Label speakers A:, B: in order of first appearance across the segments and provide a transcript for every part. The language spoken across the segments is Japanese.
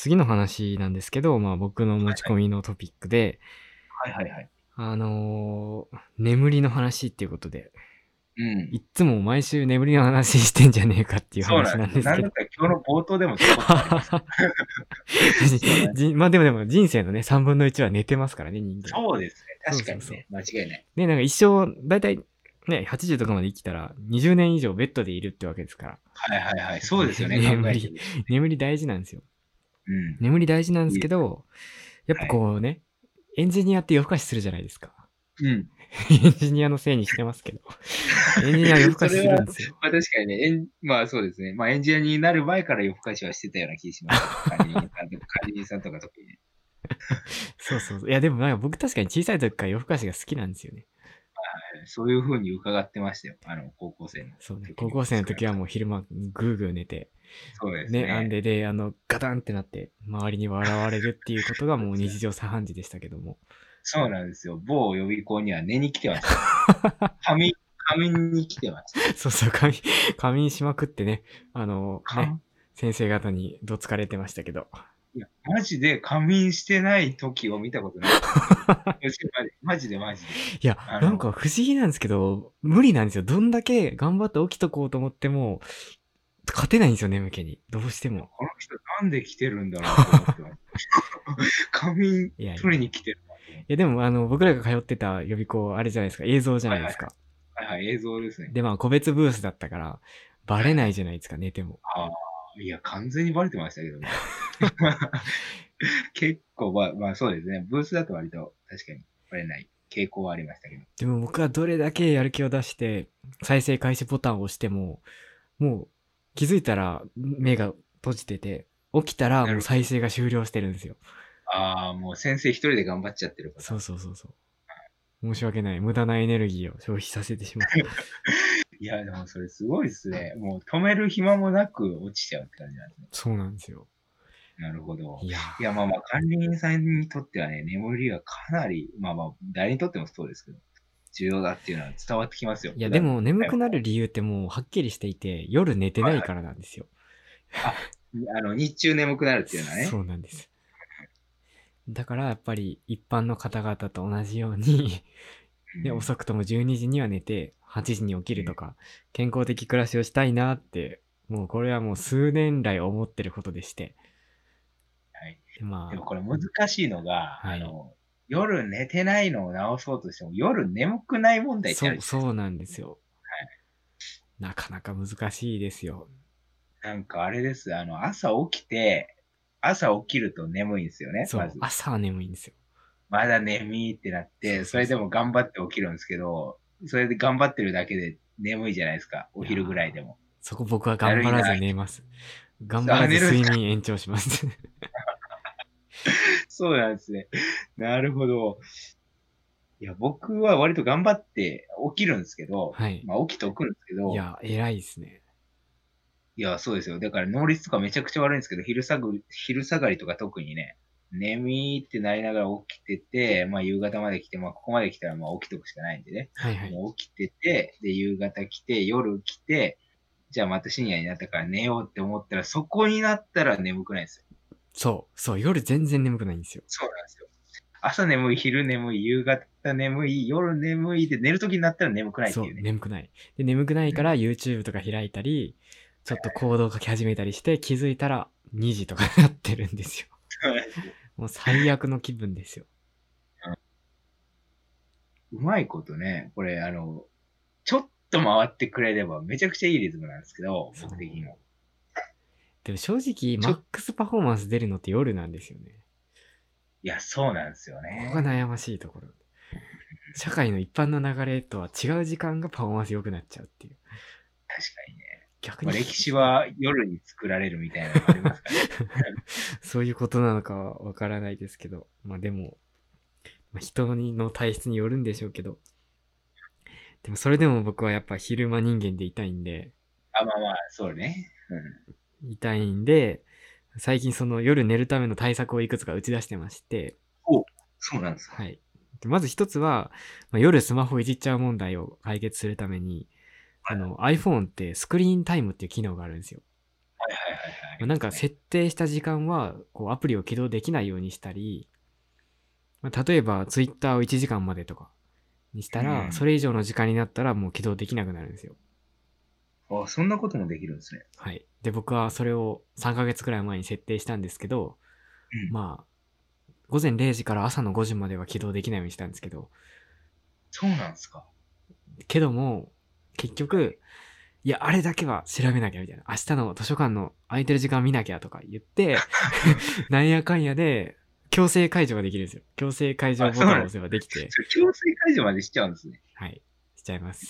A: 次の話なんですけど、まあ僕の持ち込みのトピックで、
B: はいはいはい。
A: あのー眠りの話っていうことで、
B: うん。
A: いっつも毎週眠りの話してんじゃねえかっていう
B: そう
A: 話
B: な
A: なんん
B: で。
A: ですす
B: な
A: け
B: ん
A: ど
B: だっ。たら今日の冒頭でもそういうことありまし た
A: じまあでもでも人生のね、3分の1は寝てますからね、人間。
B: そうですね。確かにね。
A: そう
B: 間違いない。
A: ね、なんか一生、だいたいね、80とかまで生きたら、20年以上ベッドでいるってわけですから、
B: はいはいはい。そうです よね。
A: ね
B: 考えてみる
A: 眠り大事なんですよ。
B: うん。
A: 眠り大事なんですけど、やっぱこうね、エンジニアって夜更かしするじゃないですか。
B: うん。
A: エンジニアのせいにしてますけ ど。エンジニア夜更かしするんですよ。
B: まあ確かにね、エンまあそうですね。まあエンジニアになる前から夜更かしはしてたような気がし ます。管理人さんとか管理人さんとか特にね。
A: そうそうそう。いやでもなんか僕確かに小さい時から夜更かしが好きなんですよね。
B: そういうふうに伺ってましたよ。あの、高校生の。
A: そうね。高校生の時はもう昼間ぐーぐー寝て、
B: そうですね。
A: ね、あんでで、あの、ガタンってなって、周りに笑われるっていうことがもう日常茶飯事でしたけども。
B: そうなんですよ。某予備校には寝に来てました。 仮眠、仮眠に来てました。
A: そうそう、仮眠、仮眠しまくってね、あの、
B: 仮
A: ね、先生方にどつかれてましたけど。
B: いや、マジで仮眠してない時を見 たことない。マジで、マジで、マジで。
A: いや、
B: あの
A: なんか不思議なんですけど、無理なんですよ。どんだけ頑張って起きとこうと思っても、勝てないんですよ、眠気に。どうしても。
B: この人なんで来てるんだろうと思って ます。仮
A: いやい
B: 眠
A: や。
B: 取りに来てるなと思っ
A: いやでも、あの、僕らが通ってた予備校、あれじゃないですか、映像じゃないですか。
B: て。はいはい、映像ですね。
A: で、まあ、個別ブースだったから、バレないじゃないですか、寝ても。
B: いや、完全にバレてました けどね。結構、まあ、まあそうですね。ブースだと割と確かにバレない傾向はありましたけど。
A: でも僕はどれだけやる気を出して、再生開始ボタンを押しても、もう気づいたら目が閉じてて、起きたらもう再生が終了してるんですよ。
B: ああ、もう先生一人で頑張っちゃってるから。
A: そうそうそうそう。申し訳ない。無駄なエネルギーを消費させてしまった。
B: いや、でもそれすごいですね。もう止める暇もなく落ちちゃうって感じなんですね。
A: そうなんですよ。
B: なるほど。
A: いや
B: いや、まあまあ、管理人さんにとってはね、眠りがかなり、まあまあ、誰にとってもそうですけど、重要だっていうのは伝わってきますよ。
A: いやで、も眠くなる理由ってもうはっきりしていて、夜寝てないからなんですよ。
B: あの、日中眠くなるっていうのはね
A: そ。うなんです。だからやっぱり一般の方々と同じように、で、
B: うん
A: 遅くとも12時には寝て、8時に起きるとか、健康的暮らしをしたいなって、もうこれはもう数年来思ってることでして。
B: はい
A: でま
B: でも
A: あ、
B: これ難しいのが、
A: はい
B: あの、夜寝てないのを直そうとしても、夜眠くない問題ってあ
A: そ
B: る
A: う、
B: じゃ
A: そうなんですよ。なかなか難しいですよ。
B: ないなんかあれです、あの、朝起きて、朝起きると眠いんですよね、
A: そ
B: ま
A: う
B: ず、。
A: 朝は眠いんですよ。
B: まだ眠いってなっ
A: そうそうそう
B: て、それでも頑張って起きるんですけど、それで頑張ってるだけで眠いじゃないですか、お昼ぐらいでも。
A: そこ僕は頑張らず寝ます。頑張らず
B: あ寝るん
A: 睡眠延長し ます。
B: そうなんですね。なるほど。いや、僕は割と頑張って起きるんですけど、
A: はい。
B: まあ起きておくんですけど、
A: い
B: いや、
A: や、偉いですね。
B: そうですよ。だから能率とかめちゃくちゃ悪いんですけど、昼下がり昼下がりとか特にね、眠いってなりながら起きてて、まあ夕方まで来て、まあここまで来たらまあ起きておくしかないんでね。
A: はいはい。
B: もう起きてて、で、夕方来て、夜来て、じゃあまた深夜になったから寝ようって思ったら、そこになったら眠くないんですよ。
A: そう、そう、夜全然眠くないんですよ。
B: そうなんですよ。朝眠い、昼眠い、夕方眠い、夜眠いで寝るときになったら眠くないって
A: そ、
B: いううね。
A: 眠くない。で、眠くないから YouTube とか開いたり、ちょっと行動書き始めたりして、気づいたら2時とかになってるんですよ。
B: そうなんですよ
A: もう最悪の気分ですよ。
B: うまいことね、これあの、ちょっと回ってくれればめちゃくちゃいいリズムなんですけど、
A: そう
B: 僕的にも。
A: でも正直、
B: ちょ
A: マックスパフォーマンス出るのって夜なんですよね。
B: いや、そうなんですよ
A: こ
B: ね
A: こ。が悩ましいところ。社会の一般の流れとは違う時間がパフォーマンス良くなっちゃうっていう。
B: 確かにね。
A: 逆
B: ま
A: に
B: あ、。歴史は夜に作られるみたいなのがありますから、ね、
A: そういうことなのかはわからないですけど、まあでも、まあ、人にの体質によるんでしょうけど、でもそれでも僕はやっぱ昼間人間でいたいんで、
B: あ、まあまあ、そうね。うん。
A: いたいんで、最近その夜寝るための対策をいくつか打ち出してまして、
B: そうなんですか。
A: はい。でまず一つは、まあ、夜スマホいじっちゃう問題を解決するために、あの iPhone ってスクリーンタイムっていう機能があるんですよ。
B: はいはいはいはい。
A: まあなんか設定した時間はこうアプリを起動できないようにしたり、まあ、例えば Twitter を1時間までとかにした
B: うん
A: ら、それ以上の時間になったらもう起動できなくなるんですよ。
B: あ、そんなこともできるんですね。
A: はい。で、僕はそれを3ヶ月くらい前に設定したんですけど、
B: うん
A: まあ、午前0時から朝の5時までは起動できないようにしたんですけど、
B: そうなんですか。
A: けども、結局、いや、あれだけは調べなきゃみたいな。明日の図書館の空いてる時間見なきゃとか言 って、なんやかんやで、強制解除ができるんですよ。強制解除ボタンを押せばできて、
B: それ強制解除までしちゃうんですね。
A: はい、しちゃい ます。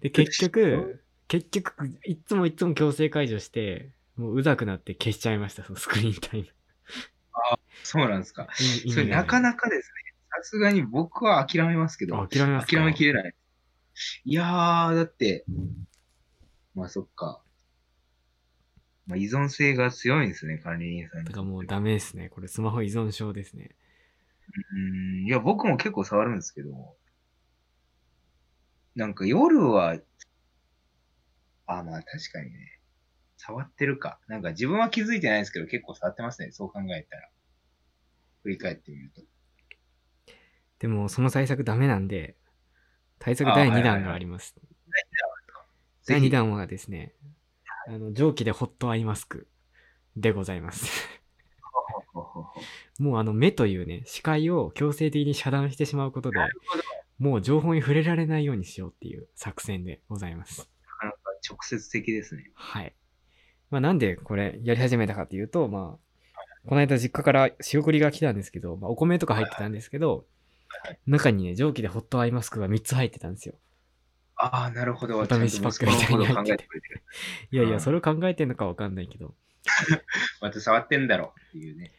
A: で、結局、結局、いっつもいっつも強制解除して、もううざくなって消しちゃいました、そのスクリーンタイム。
B: そうなんですか。
A: い
B: それなか
A: か
B: なかですね。さすがに僕は諦めますけど、
A: 諦めますか
B: 諦めきれない。いやー、だって、まあそっか。まあ、依存性が強いんですね、管理人さんに
A: だからもうダメですね。これスマホ依存症ですね。
B: うんいや、僕も結構触るんですけど、なんか夜は、あ、まあ確かにね、触ってるか。なんか自分は気づいてないですけど、結構触ってますね、そう考えたら。振り返ってみると。
A: でも、その対策ダメなんで、対策第
B: あは
A: 2
B: いはいはい
A: 弾があります。
B: ぜ
A: 第
B: ひ
A: 2弾はですね、あの蒸気でホットアイマスクでございます。
B: ほうほうほう
A: もうあの目というね、視界を強制的に遮断してしまうことで、もう情報に触れられないようにしようっていう作戦でございます。
B: なかなか直接的ですね。
A: はい。まあなんでこれやり始めたかっていうと、まあ、この間実家から仕送りが来たんですけど、まあ、お米とか入ってたんですけど、中にね、蒸気でホットアイマスクが3つ入ってたんですよ。
B: ああ、なるほど。
A: お試しパックみたいに
B: ちゃんと息子のことを考えてくれてる。
A: いやいうや、
B: ん
A: それを考えてんのかわかんないけど。
B: また触ってんだろうっていうね。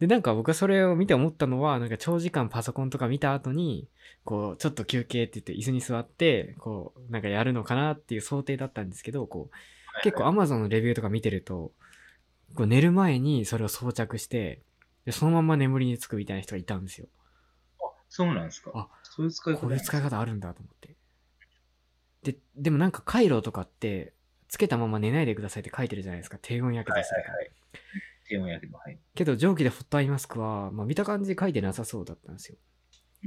A: で、なんか僕はそれを見て思ったのは、なんか長時間パソコンとか見た後に、こう、ちょっと休憩って言って椅子に座って、こう、なんかやるのかなっていう想定だったんですけど、こう、結構 Amazon のレビューとか見てると、こう寝る前にそれを装着して、でそのまま眠りにつくみたいな人がいたんですよ。
B: そうなんですか。
A: あ
B: そういう使い方
A: こういう使い方あるんだと思って。で、でもなんか回路とかって、つけたまま寝ないでくださいって書いてるじゃないですか。低温やけ
B: は
A: ど
B: い
A: する
B: は
A: か
B: い
A: ら
B: は。い。低温やけど、はい。
A: けど蒸気でホットアイマスクは、まあ、見た感じ書いてなさそうだったんですよ。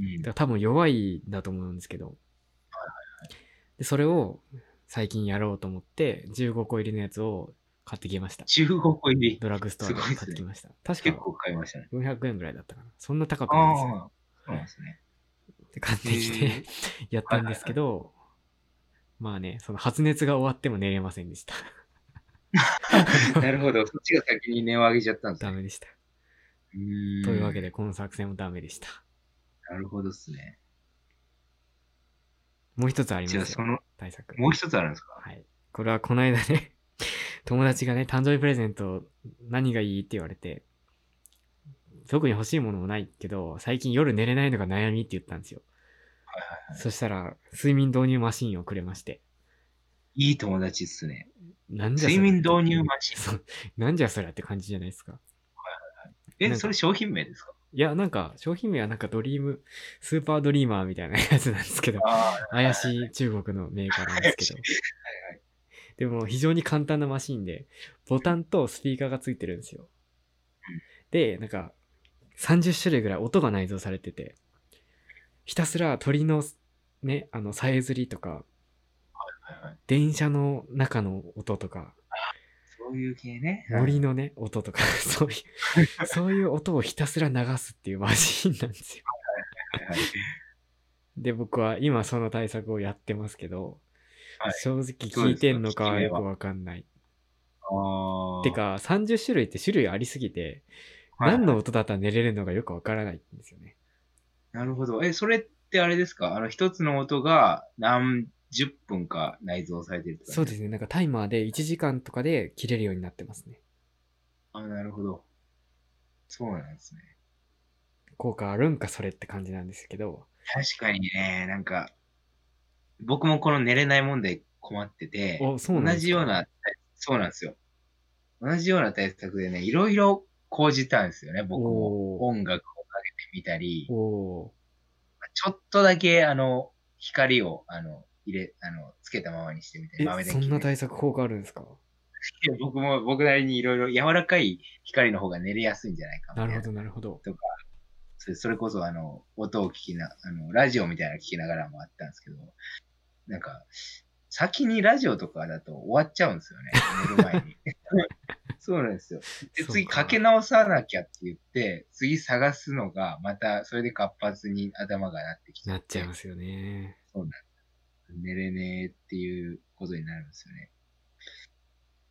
B: うん
A: だから多分弱いんだと思うんですけど。でそれを最近やろうと思って15個入りのやつを買ってきました。
B: 中国入り。
A: ドラッグストアで買ってきました。確か
B: 結構買いましたね。
A: 400円ぐらいだったかな。そんな高くないんですよ。
B: ああ、そうなんですね。
A: で買ってき
B: へ
A: て やったんですけど、まあね、その発熱が終わっても寝れませんでした。
B: なるほど。そっちが先に値を上げちゃったんです
A: ダ
B: ね。
A: メでした。
B: とい
A: というわけ
B: で。
A: でこの作戦もダメでした。
B: なるほどですね。
A: もう一つあり
B: じゃ
A: ま
B: あ、
A: す
B: そ
A: よ。
B: の、
A: 対策。
B: もう一つあるんですか
A: はい。これはこの間ね、 友達がね、誕生日プレゼント何がいいって言われて、特に欲しいものもないけど、最近夜寝れないのが悩みって言ったんですよ。そしたら、睡眠導入マシンをくれまして。
B: いい友達っすね。
A: なんじゃそ
B: 睡
A: りゃ
B: 眠導入マシン。
A: そうなんじゃそりゃって感じじゃないですか。
B: え、それ商品名ですか
A: いや、なんか、商品名はなんかドリーム、スーパードリーマーみたいなやつなんですけど、
B: あ
A: 怪しい中国のメーカーなんですけど。でも非常に簡単なマシンで、ボタンとスピーカーがついてるんですよ。で、なんか30種類ぐらい音が内蔵されてて、ひたすら鳥のね、あのさえずりとか、
B: あ、はいはい。
A: 電車の中の音とか、
B: そういう系ね。
A: 森のね、音とか、 そういう、そういう音をひたすら流すっていうマシンなんですよ。
B: はいはい
A: で、僕は今その対策をやってますけど、
B: はい
A: 正直聞いてんのかはよくわかんない。
B: ああ。
A: て、か、30種類って種類ありすぎて、
B: はい
A: 何の音だったら寝れるのがよくわからないんですよね。
B: なるほど。え、それってあれですかあの、一つの音が何十分か内蔵されてるとか、。
A: そうですすね。なんかタイマーで1時間とかで切れるようになってますね。
B: あ、なるほど。そうなんですね。
A: 効果あるんかそれって感じなんですけど。
B: 確かにね、なんか、僕もこの寝れない問題困ってて、
A: お、そうなんで
B: 同
A: すか
B: じよう。な、そうなんですよ。同じような対策でね、いろいろ講じたんですよね、僕
A: おー
B: も。音楽をかけてみたり、
A: お
B: ちょっとだけ、あの、光を、あの、入れ、あの、つけたままにしてみたり、
A: ー
B: 豆
A: え、
B: 電
A: そ
B: 球
A: ん
B: み
A: な
B: たい
A: 対
B: な
A: 策効果あるんですか
B: いや僕も、僕なりにいろいろ柔らかい光の方が寝れやすいんじゃないかみた
A: ないるほど、なるほど。
B: それそれこそ、あの、音を聞きな、あの、ラジオみたいなの聞きながらもあったんですけど、なんか、先にラジオとかだと終わっちゃうんですよね、寝る前 に。そうなんですよ。で、
A: そう
B: 次
A: か
B: かけ直さなきゃって言って、次探すのが、また、それで活発に頭がなってきて。
A: なっちゃいますよね。
B: 寝れねえっていうことになるんですよね。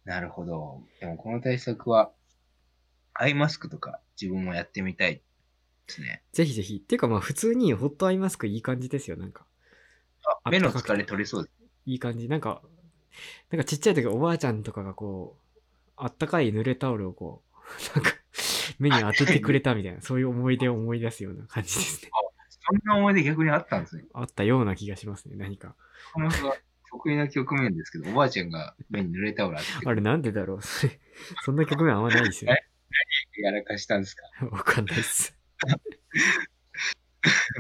B: なるほど。でもこの対策は、アイマスクとか自分もやってみたいですね。
A: ぜひぜひ。っていうかまあ普通にホットアイマスクいい感じですよ、なんか。
B: あ目の疲れ取れそうです。
A: いい感じ。なんか、なんかちっちゃい時おばあちゃんとかがこう、あったかい濡れタオルをこう、 なんか、目に当ててくれたみたいな、そういう思い出を思い出すような感じですね。
B: そんな思い出逆にあったんですね。
A: あったような気がしますね、何か。
B: この人は得意な局面ですけど、おばあちゃんが目に濡れたオル当て
A: あれなんでだろう それ、そんな局面あんまないですよね。
B: てやらかしたんですか
A: わかんないっす。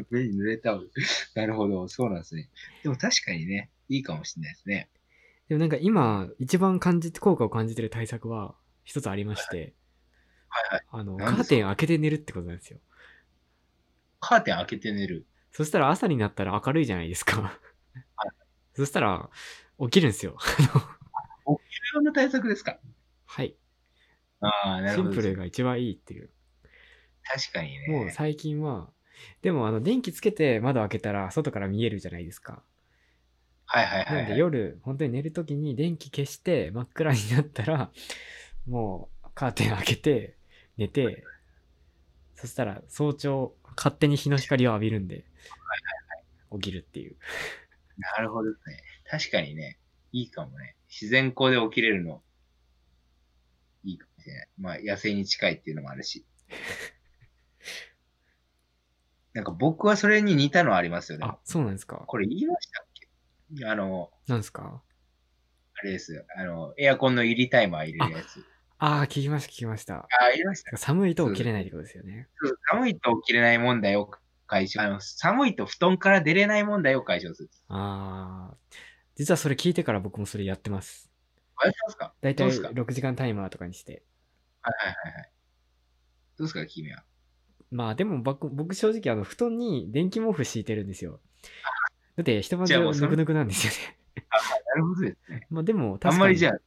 B: 目に濡れたオル。なるほど、そうなんですね。でも確かにね、いいかもしれないですね。
A: でもなんか今、一番感じて、効果を感じてる対策は、一つありまして、
B: はいはい。
A: あの、
B: 何ですか
A: カーテン開けて寝るってことなんですよ。
B: カーテン開けて寝る。
A: そしたら朝になったら明るいじゃないですか。そしたら、起きるんですよ。
B: 重要な対策ですか
A: はい。
B: ああ、な
A: シ
B: るほ
A: ン
B: ど。
A: プルが一番いいっていう。
B: 確かにね。
A: もう最近は、でもあの電気つけて窓開けたら外から見えるじゃないですか。
B: はいはいはい、
A: な
B: はい。
A: んで夜、本当に寝るときに電気消して真っ暗になったら、もうカーテン開けて、寝て、そしたら早朝、勝手に日の光を浴びるんで、起きるっていう。
B: なるほどですね。確かにね、いいかもね。自然光で起きれるの、いいかもしれない。まあ、野生に近いっていうのもある し。なんか僕はそれに似たのありますよね。
A: あ、そうなんですか。
B: これ言いましたっけあの、
A: なんですか
B: あれです。あの、エアコンの入りタイマー入れるやつ。
A: ああ、聞きました、聞きました。
B: ああ、言いました。
A: 寒いと起きれないってことですよね。
B: そう寒いと起きれない問題を解消。あの、寒いと布団から出れない問題を解消する。
A: ああ、実はそれ聞いてから僕もそれやってます。
B: あれですか
A: だい
B: ど
A: た
B: う
A: い
B: ですかはい
A: 6時間タイマーとかにして。
B: はいはいはい。どうですか君は。
A: まあでも僕僕正直あの布団に電気毛布敷いてるんですよ。だって一晩
B: じゃ
A: 中
B: あもうそれ
A: ぬくぬくなんですよね。
B: なるほどですね。
A: まあでも確か
B: あ
A: に。
B: んまりじゃあ、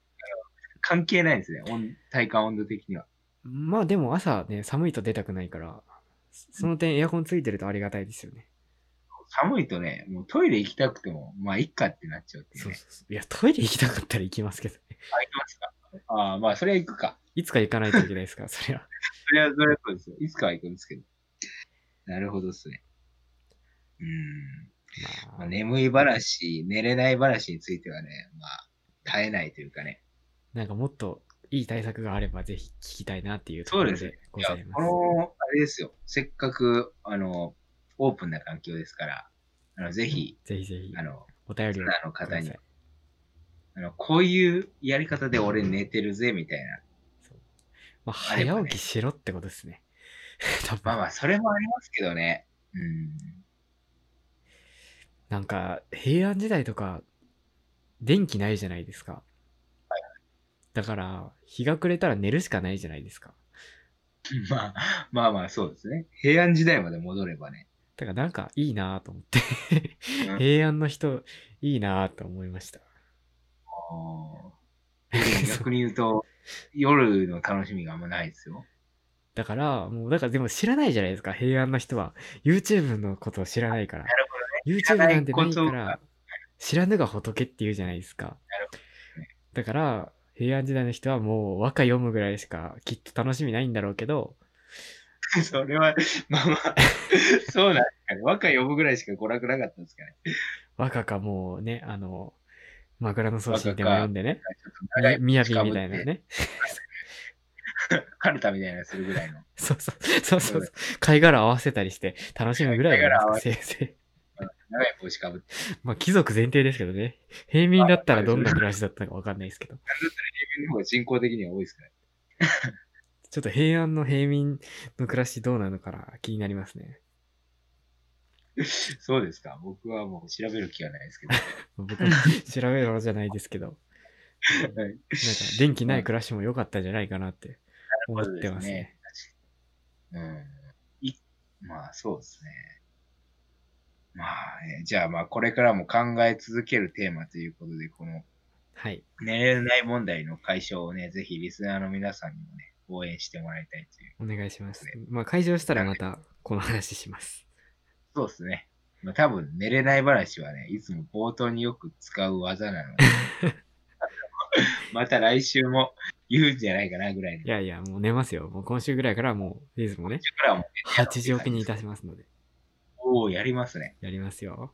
B: 関係ないですね。温体感温度的には。
A: まあでも朝ね寒いと出たくないから、その点エアコンついてるとありがたいですよね。
B: 寒いとね、もうトイレ行きたくても、まあ、いっかってなっちゃうっていう
A: そう
B: ね。
A: そうそう。いやトイレ行きたかったら行きますけどね。
B: あ、行きますか。ああ、まあ、それは行くか。
A: いつか行かないといけないですから、それは。
B: それは、それはそうですよ。いつかは行くんですけど。なるほどですね。うーん。
A: ま あ
B: まあ、眠い話、寝れない話についてはね、まあ、耐えないというかね。
A: なんかもっといい対策があればぜひ聞きたいなっていうところ
B: そう
A: でご
B: い
A: ざ
B: や
A: い、ま
B: こ
A: す。
B: の、あれですよ。せっかく、あの、オープンな環境ですから、あの、ぜひ、
A: ぜひぜひ
B: あの、
A: お便りを
B: リスナーの
A: く
B: 方
A: だ
B: に
A: さい。
B: あの、こういうやり方で俺寝てるぜ、みたいな。
A: そうまあ、
B: あればね
A: 早起きしろってことですね。 多分
B: まあまあ、それもありますけどね。うん。
A: なんか平安時代とか電気ないじゃないですか。だから日が暮れたら寝るしかないじゃないですか。
B: まあ、まあまあ、そうですね。平安時代まで戻れ ばね。
A: だからなんかいいなぁと思って
B: う ん
A: 平安の人いいなぁと思いました。
B: あー逆に言うと、夜の楽しみがあんまないですよ。
A: だからもうだからでも知らないじゃないですか平安の人は YouTube のことを知らないから。
B: なるほ
A: YouTube なんてないから
B: 知ないこと
A: ら知らぬが仏って言うじゃないですか
B: なる。
A: だから平安時代の人はもう和歌読むぐらいしかきっと楽しみないんだろうけど
B: どね。それは、まあまあ、そうなんですかね。和歌呼ぶぐらいしか娯楽なかったんですかね。
A: 和歌かもうねあの枕草子でも
B: 和
A: 読
B: 歌か
A: んでね
B: ちょっと長い
A: みやびみたいな。ね
B: カルタみたいなのするぐらいの。
A: そうそうそうそうそう貝殻合わせたりして楽しむぐらい
B: 貝殻合わ
A: せ生
B: 長い帽子かぶって。
A: まあ貴族前提ですけどね平民だったらどんな暮らしだったかわかんないですけど
B: 自分の方が人口的には多いですから。
A: ちょっと平安の平民の暮らしどうなのかな気になりますね
B: そうですか。僕はもう調べる気はないですけど。
A: 僕も調べるものじゃないですけど
B: はい
A: なんか電気ない暮らしも良かったんじゃないかなって思ってますね。
B: うん。いまあ、そうですね。まあ、ね、じゃあまあ、これからも考え続けるテーマということで、この
A: はい。
B: 寝れない問題の解消をね、ぜひリスナーの皆さんにもね、応援してもらいたいという。
A: お願いします。まあ解消したらまたこの話します。
B: そうですね。まあ、多分、寝れない話はね、いつも冒頭によく使う技 なので、また来週も言うんじゃないかなぐらいの。
A: いやいや、もう寝ますよ。もう今週ぐらいからもう、リズもね、
B: からはもう
A: 8時起きにいたしますので、
B: おお、やりますね。
A: やりますよ。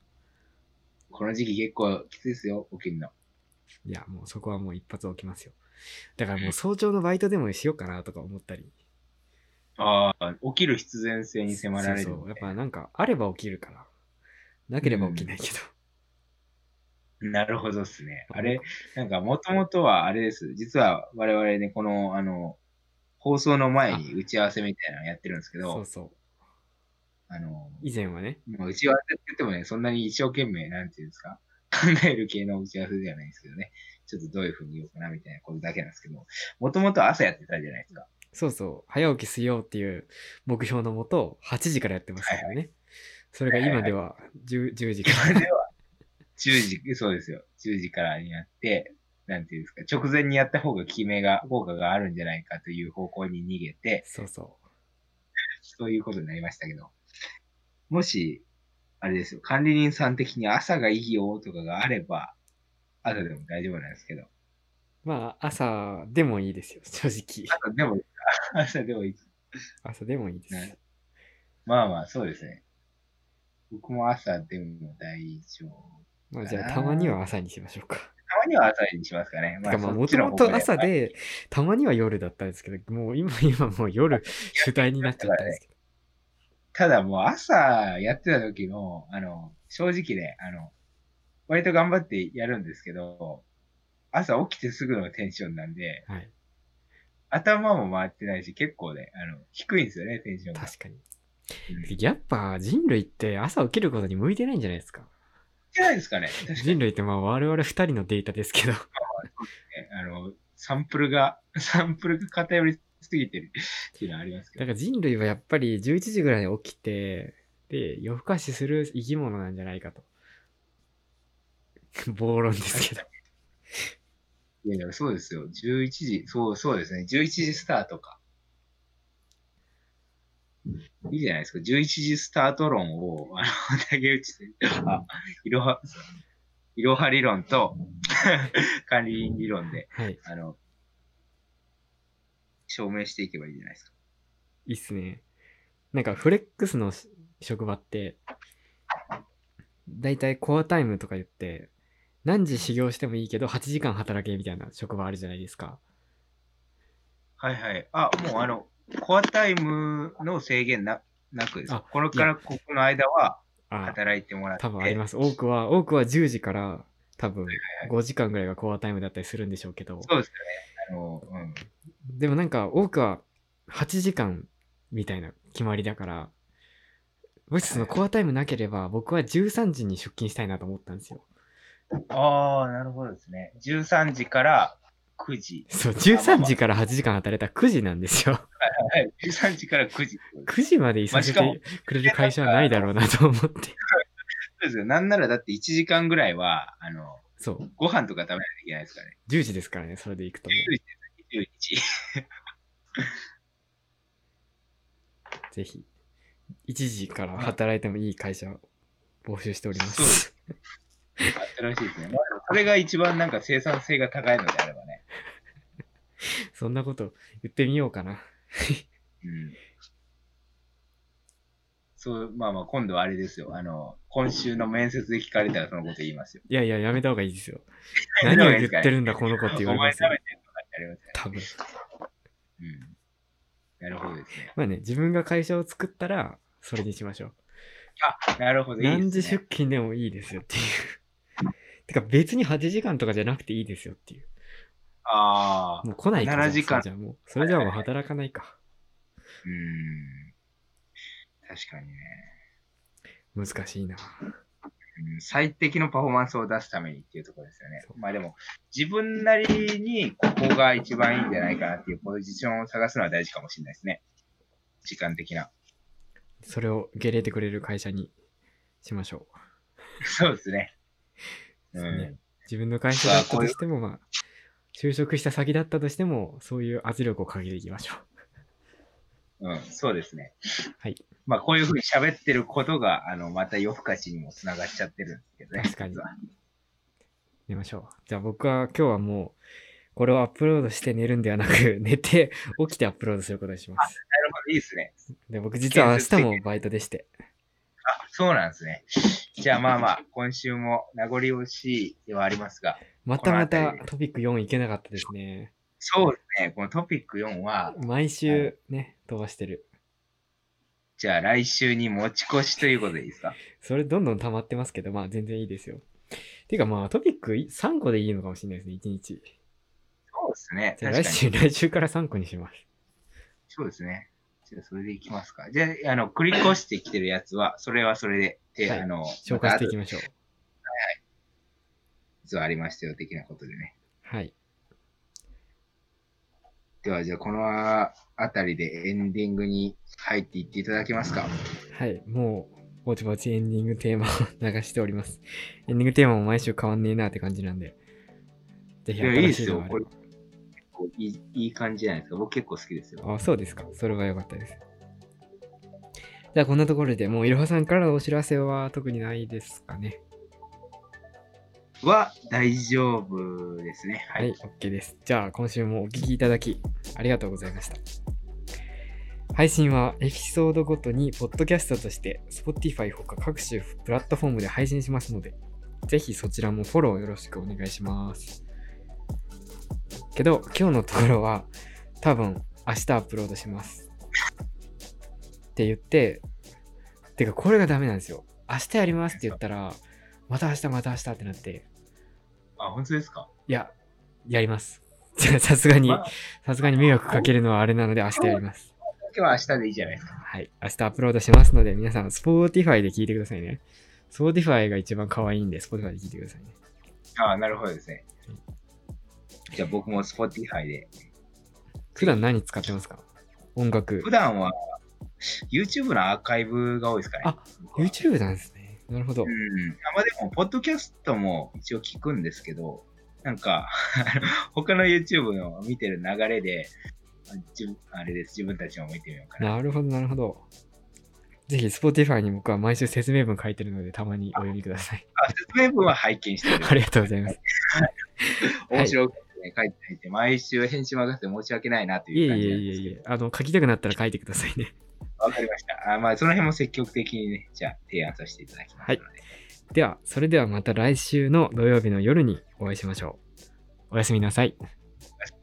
B: この時期結構きついですよ、起きるの。
A: いや、もうそこはもう一発起きますよ。だからもう早朝のバイトでもしようかなとか思ったり。
B: ああ、起きる必然性に迫られる、
A: そうそう。やっぱなんか、あれば起きるから。なければ起きないけど。
B: なるほどですね。あれ、なんか、もともとはあれです。実は我々ね、この、あの、放送の前に打ち合わせみたいなのやってるんですけ
A: そ
B: ど
A: う、そう。
B: あの、
A: 以前はね、
B: まあ打ち合わせって言ってもね、そんなに一生懸命、なんていうんですか、考える系の打ち合わせではないんですけどね、ちょっとどういうふうに言おうかなみたいなことだけなんですけど、もともと朝やってたじゃないですか。
A: そうそう、早起きしようっていう目標のもと、8時からやってましたからね。それが今では 10, 10時か
B: それ
A: ら。
B: では、10時、そうですよ。10時からになって、なんていうんですか、直前にやった方が効き目が、効果があるんじゃないかという方向に逃げて、
A: そうそう。
B: そういうことになりましたけど、もし、あれですよ、管理人さん的に朝がいいよとかがあれば、朝でも大丈夫なんですけど、
A: まあ、朝でもいいですよ、正直。
B: 朝でもいいか朝でもいい。
A: 朝でもいいです。
B: ねまあまあ、そうですね。僕も朝でも大丈夫。
A: まあ、じゃあ、たまには朝にしましょうか。
B: たまには朝にしますかね。
A: てかまあ、
B: そ
A: も
B: っち
A: と
B: の
A: も
B: 方向
A: と朝で、たまには夜だったんですけど、もう今、今もう夜主体になっちゃったんですけど。
B: ただもう朝やってた時の、あの、正直ね、あの、割と頑張ってやるんですけど、朝起きてすぐのテンションなんで、
A: はい。
B: 頭も回ってないし、結構ね、あの、低いんですよね、テンションが。
A: 確かに。やっぱ人類って朝起きることに向いてないんじゃないですか。
B: じゃないですかね。確かにね、
A: 人類ってまあ我々二人のデータですけど。
B: あの、サンプルが、 サンプルが偏りすぎてるっていうのはありますけ
A: だか
B: ど。
A: ら人類はやっぱり11時ぐらいに起きて、で、夜更かしする生き物なんじゃないかと。 暴論ですけど。
B: いやいや、そうですよ。11時、そう、そうですね。11時スタートか。いいじゃないですか。11時スタート論を、あの、竹内先生あ、いろは、いろは理論と、 管理人理論で、
A: はい。
B: あの、証明していけばいいじゃないですか。
A: いいっすね。なんかフレックスのし職場って、だいたいコアタイムとか言って、何時修行してもいいけど8時間働けみたいな職場あるじゃないですか。
B: はいはい。あ、もうあの、コアタイムの制限ななくです
A: あ。
B: これからここの間は
A: あ
B: 働いてもらって。
A: 多分あります。多くは、多くは10時から多分5時間ぐらいがコアタイムだったりするんでしょうけど、
B: そうですよね。あの、うん。
A: でもなんか多くは8時間みたいな決まりだから、もしそのコアタイムなければ僕は13時に出勤したいなと思ったん ですよ。
B: ああ、なるほどですね。13時から9時。
A: そう、13時から8時間働いたら9時なんですよ。
B: はい。13時から9時。そう
A: 9時までいさせ
B: まあして
A: くれる会社はないだろうなと思って。
B: ですよ。なんならだって1時間ぐらいは、あの、
A: そう、
B: ご飯とか食べないといけないですからね。
A: 10時ですからね、それで行くと。
B: 10時、11時。
A: ぜひ、1時から働いてもいい会社を募集しておりま
B: そうです
A: す。
B: 新しいですね。まあこれが一番なんか生産性が高いのであればね。
A: そんなこと言ってみようかな。
B: うんそう、まあまあ、今度はあれですよ。あの、今週の面接で聞かれたらそのこと言いますよ。
A: いやいや、やめた方がいいですよ。
B: やめ
A: 何を
B: た方がい
A: 言
B: いですか
A: ってるんだ、この子って言わ
B: お
A: れ
B: 前
A: ま
B: 食
A: すよ
B: べ。てるとかってありますよ
A: 多分。
B: ね。うん。なるほどですね。
A: まあね、自分が会社を作ったら、それにしましょう。
B: なるほ ど、いいですね。
A: 何時出勤でもいいですよっていう。てか別に8時間とかじゃなくていいですよっていう。
B: ああ。
A: もう来ないから
B: 7時間
A: じゃあもう、それじゃあもう働かないか。
B: うん。確かにね。
A: 難しいな。
B: うん最適のパフォーマンスを出すためにっていうところですよね
A: そ。う
B: まあでも、自分なりにここが一番いいんじゃないかなっていうポジションを探すのは大事かもしれないですね。時間 的な。
A: それを受け入れてくれる会社にしましょ
B: そうですね。
A: う。
B: う
A: ね
B: ん。
A: 自分の会社
B: まあ
A: だった
B: ことういう
A: しても、まあ、就職した先だったとしても、そういう圧力をかけていきましょ
B: うん、そうですね。
A: う。はい。
B: まあこういうふうに喋ってることが、あの、また夜更かしにもつながっちゃってるんですけどね。
A: 確かに
B: 実は
A: 寝ましょう。じゃあ僕は今日はもう、これをアップロードして寝るんではなく、 寝て起きてアップロードすることにします。
B: なるほど、いいですね。
A: で僕実は明日もバイトでして。
B: あ、そうなんですね。じゃあまあまあ、今週も名残惜しいではありますが、
A: またま
B: この
A: た
B: 辺り
A: トピック4いけなかったですね。
B: そうですね、このトピック4は、
A: 毎週ね、飛ばしてる。
B: じゃあ来週に持ち越しということでいいですか
A: それどんどん溜まってますけど、まあ全然いいですよ。ていうかまあトピック3個でいいのかもしれないですね、1日。
B: そうですね。
A: じゃあ
B: 確か
A: 来
B: に。
A: 週、来週から3個にします。
B: そうですね。じゃあそれでいきますか。じゃあ、あの、繰り越してきてるやつは、それはそれで、で
A: はい
B: あの、
A: 紹介していき
B: また後で
A: ましょう。
B: 実はありましたよ、的なことでね。
A: はい。
B: では、じゃあ、このあたりでエンディングに入っていっていただけますか。
A: はい。もう、ぼちぼちエンディングテーマを 流しております。エンディングテーマも毎週変わんねえなって感じなんで。ぜ
B: い
A: ひ
B: や、いい
A: 新
B: で
A: し
B: す
A: いの
B: よ
A: が。あ
B: こ
A: れ
B: れ、結構いいいい感じじゃないですか。僕結構好きですよ。
A: ば。あ、そうですか。それは良かったです。じゃあこんなところでもういろはさんからのお知らせは特にないですかね。
B: は、大丈夫ですね。は。
A: はいい、OK です。じゃあ、今週もお聞きいただき、ありがとうございました。配信はエピソードごとに、ポッドキャストとして、Spotify ほか各種プラットフォームで配信しますので、ぜひそちらもフォローよろしくお願いします。けど、今日のところは、多分、明日アップロードします。って言って、てか、これがダメなんですよ。明日やりますって言ったら、また明日、また明日ってなって、
B: あ、本当ですか。
A: いや、やります。 じゃあさすがに
B: まあ、
A: さすがに迷惑かけるのはあれなので明日やります。
B: 今日は明日でいいじゃないですか。
A: はい。明日アップロードしますので、皆さん、Spotify で聞いてくださいね。Spotify が一番可愛いんで、Spotify で聞いてくださいね。
B: あなるほどですね。じゃあ、僕も Spotify で。
A: 普段何使ってますか音楽
B: 普。段は YouTube のアーカイブが多いですかね。
A: あ
B: 僕は
A: YouTube なんですね。なるほど
B: う。ん。あまあでも、ポッドキャストも一応聞くんですけど、なんか、 あの他の YouTube の見てる流れで、あ自分あれです、自分たちも見てみようかな。
A: なるほど、なるほど。ぜひ Spotify に僕は毎週説明文書いてるので、たまにお読みください。
B: あ説明文は拝見してる。
A: ありがとうございます。い
B: 面白くね、書いていて、毎週返信任せて申し訳ないなと
A: いえ
B: い
A: いえ
B: う感じなん
A: い
B: で
A: え
B: すけ
A: い
B: ど。
A: え、あの、書きたくなったら書いてくださいね。
B: わかりました。あまあ、その辺も積極的にね、じゃあ提案させていただきますので。
A: では、それではまた来週の土曜日の夜にお会いしましょう。おやすみなさい。
B: おやすみ